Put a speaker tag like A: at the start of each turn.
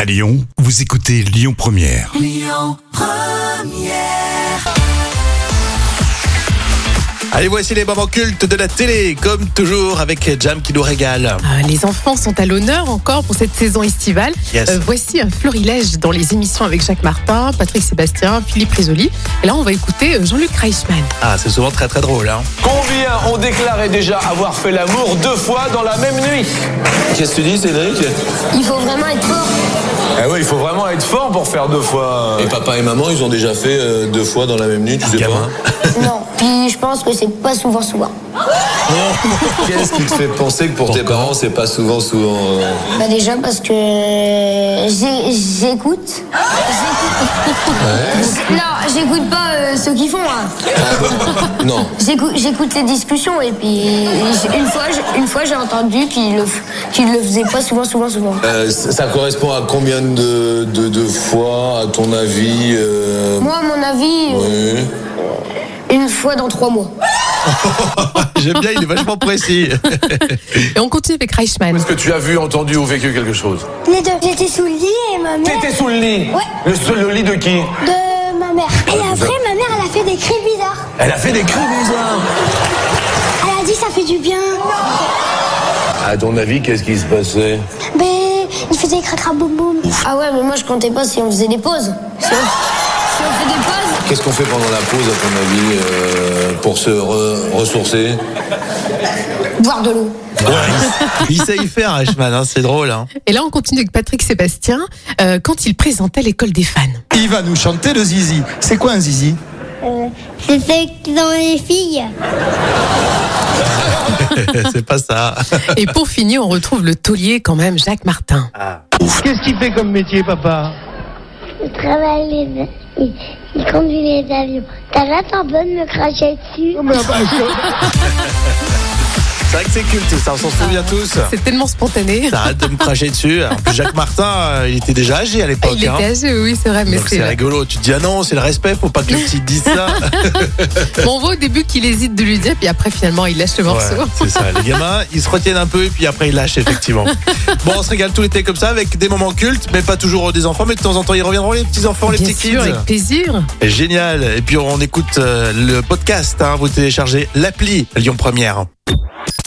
A: À Lyon, vous écoutez Lyon Première.
B: Allez, voici les moments cultes de la télé, comme toujours avec Jam qui nous régale.
C: Ah, Les enfants sont à l'honneur encore pour cette saison estivale.
B: Yes.
C: Euh, voici un florilège dans les émissions avec Jacques Martin, Patrick Sébastien, Philippe Risoli. Et là, on va écouter euh, Jean-Luc Reichmann.
B: Ah, c'est souvent très très drôle. Hein.
D: Combien ont déclaré déjà avoir fait l'amour deux fois dans la même nuit Qu'est-ce que tu dis, Cédric
E: Il faut vraiment être fort.
D: Eh oui, il faut vraiment être fort pour faire deux fois.
F: Et papa et maman, ils ont déjà fait euh, deux fois dans la même
D: Ah,
F: nuit, tu sais
B: gamin.
F: pas.
E: Non, puis je pense que c'est pas souvent souvent.
F: Qu'est-ce qui te fait penser que pour tes parents, c'est pas souvent, souvent. euh,
E: Bah déjà parce que j'ai- j'écoute. J'écoute. Non, j'écoute pas euh, ceux qui font. hein.
F: Non.
E: J'écoute j'écoute les discussions et puis j'- une fois j'- une fois j'ai entendu qu'ils le f- qu'ils le faisaient pas souvent souvent souvent.
F: Euh, ça correspond à combien de, de, de fois, à ton avis euh,
E: Moi à mon avis euh,
F: oui.
E: une fois dans trois mois.
B: J'aime bien, il est vachement précis.
C: Et on continue avec Reichmann.
D: Est-ce que tu as vu, entendu ou vécu quelque chose
G: Les deux. J'étais sous le lit et ma mère.
D: T'étais sous le lit
G: Ouais.
D: le, seul- le lit de qui
G: De ma mère. Et après, ma mère, elle a fait des cris bizarres.
D: Elle a fait des cris bizarres.
G: Elle a dit ça fait du bien.
F: À ton avis, qu'est-ce qui se passait
G: Mais Ben, il faisait cracra boum boum.
E: Ah ouais mais moi je comptais pas si on faisait des pauses. Si on, si on fait des pauses.
F: Qu'est-ce qu'on fait pendant la pause, à ton avis, euh, pour se re- ressourcer
E: Boire de l'eau.
B: il sait y faire, Ashman, hein, c'est drôle. Hein.
C: Et là, on continue avec Patrick Sébastien euh, quand il présentait l'école des fans.
H: Il va nous chanter le zizi. C'est quoi un zizi
G: C'est fait dans les filles.
B: Eh, c'est pas ça.
C: Et pour finir, on retrouve le taulier quand même, Jacques Martin.
B: Ah.
H: Qu'est-ce qu'il fait comme métier, papa
G: Il travaille les. Il, il conduit les avions. T'as la bonne me cracher dessus.
B: C'est vrai que c'est culte, ça, on s'en souvient tous.
C: C'est tellement spontané.
B: Ah.
C: Ah,
B: Ça arrête de me cracher dessus. En plus, Jacques Martin, euh, il était déjà âgé à
C: Ah,
B: l'époque.
C: Il
B: hein.
C: était âgé, oui, c'est vrai, mais
B: Donc c'est
C: c'est.
B: rigolo. Tu te dis, ah non, c'est le respect, faut pas que le petit dise ça.
C: Bon, on voit au début qu'il hésite de lui dire, puis après, finalement, il lâche le morceau.
B: Ouais, c'est ça, les gamins, ils se retiennent un peu et puis après ils lâchent effectivement. Bon, on se régale tout l'été comme ça avec des moments cultes, mais pas toujours euh, des enfants, mais de temps en temps ils reviendront les petits enfants, les
C: Bien
B: petits
C: sûr,
B: kids.
C: avec plaisir.
B: Génial. Et puis on écoute euh, le podcast, hein. vous téléchargez l'appli Lyon Première.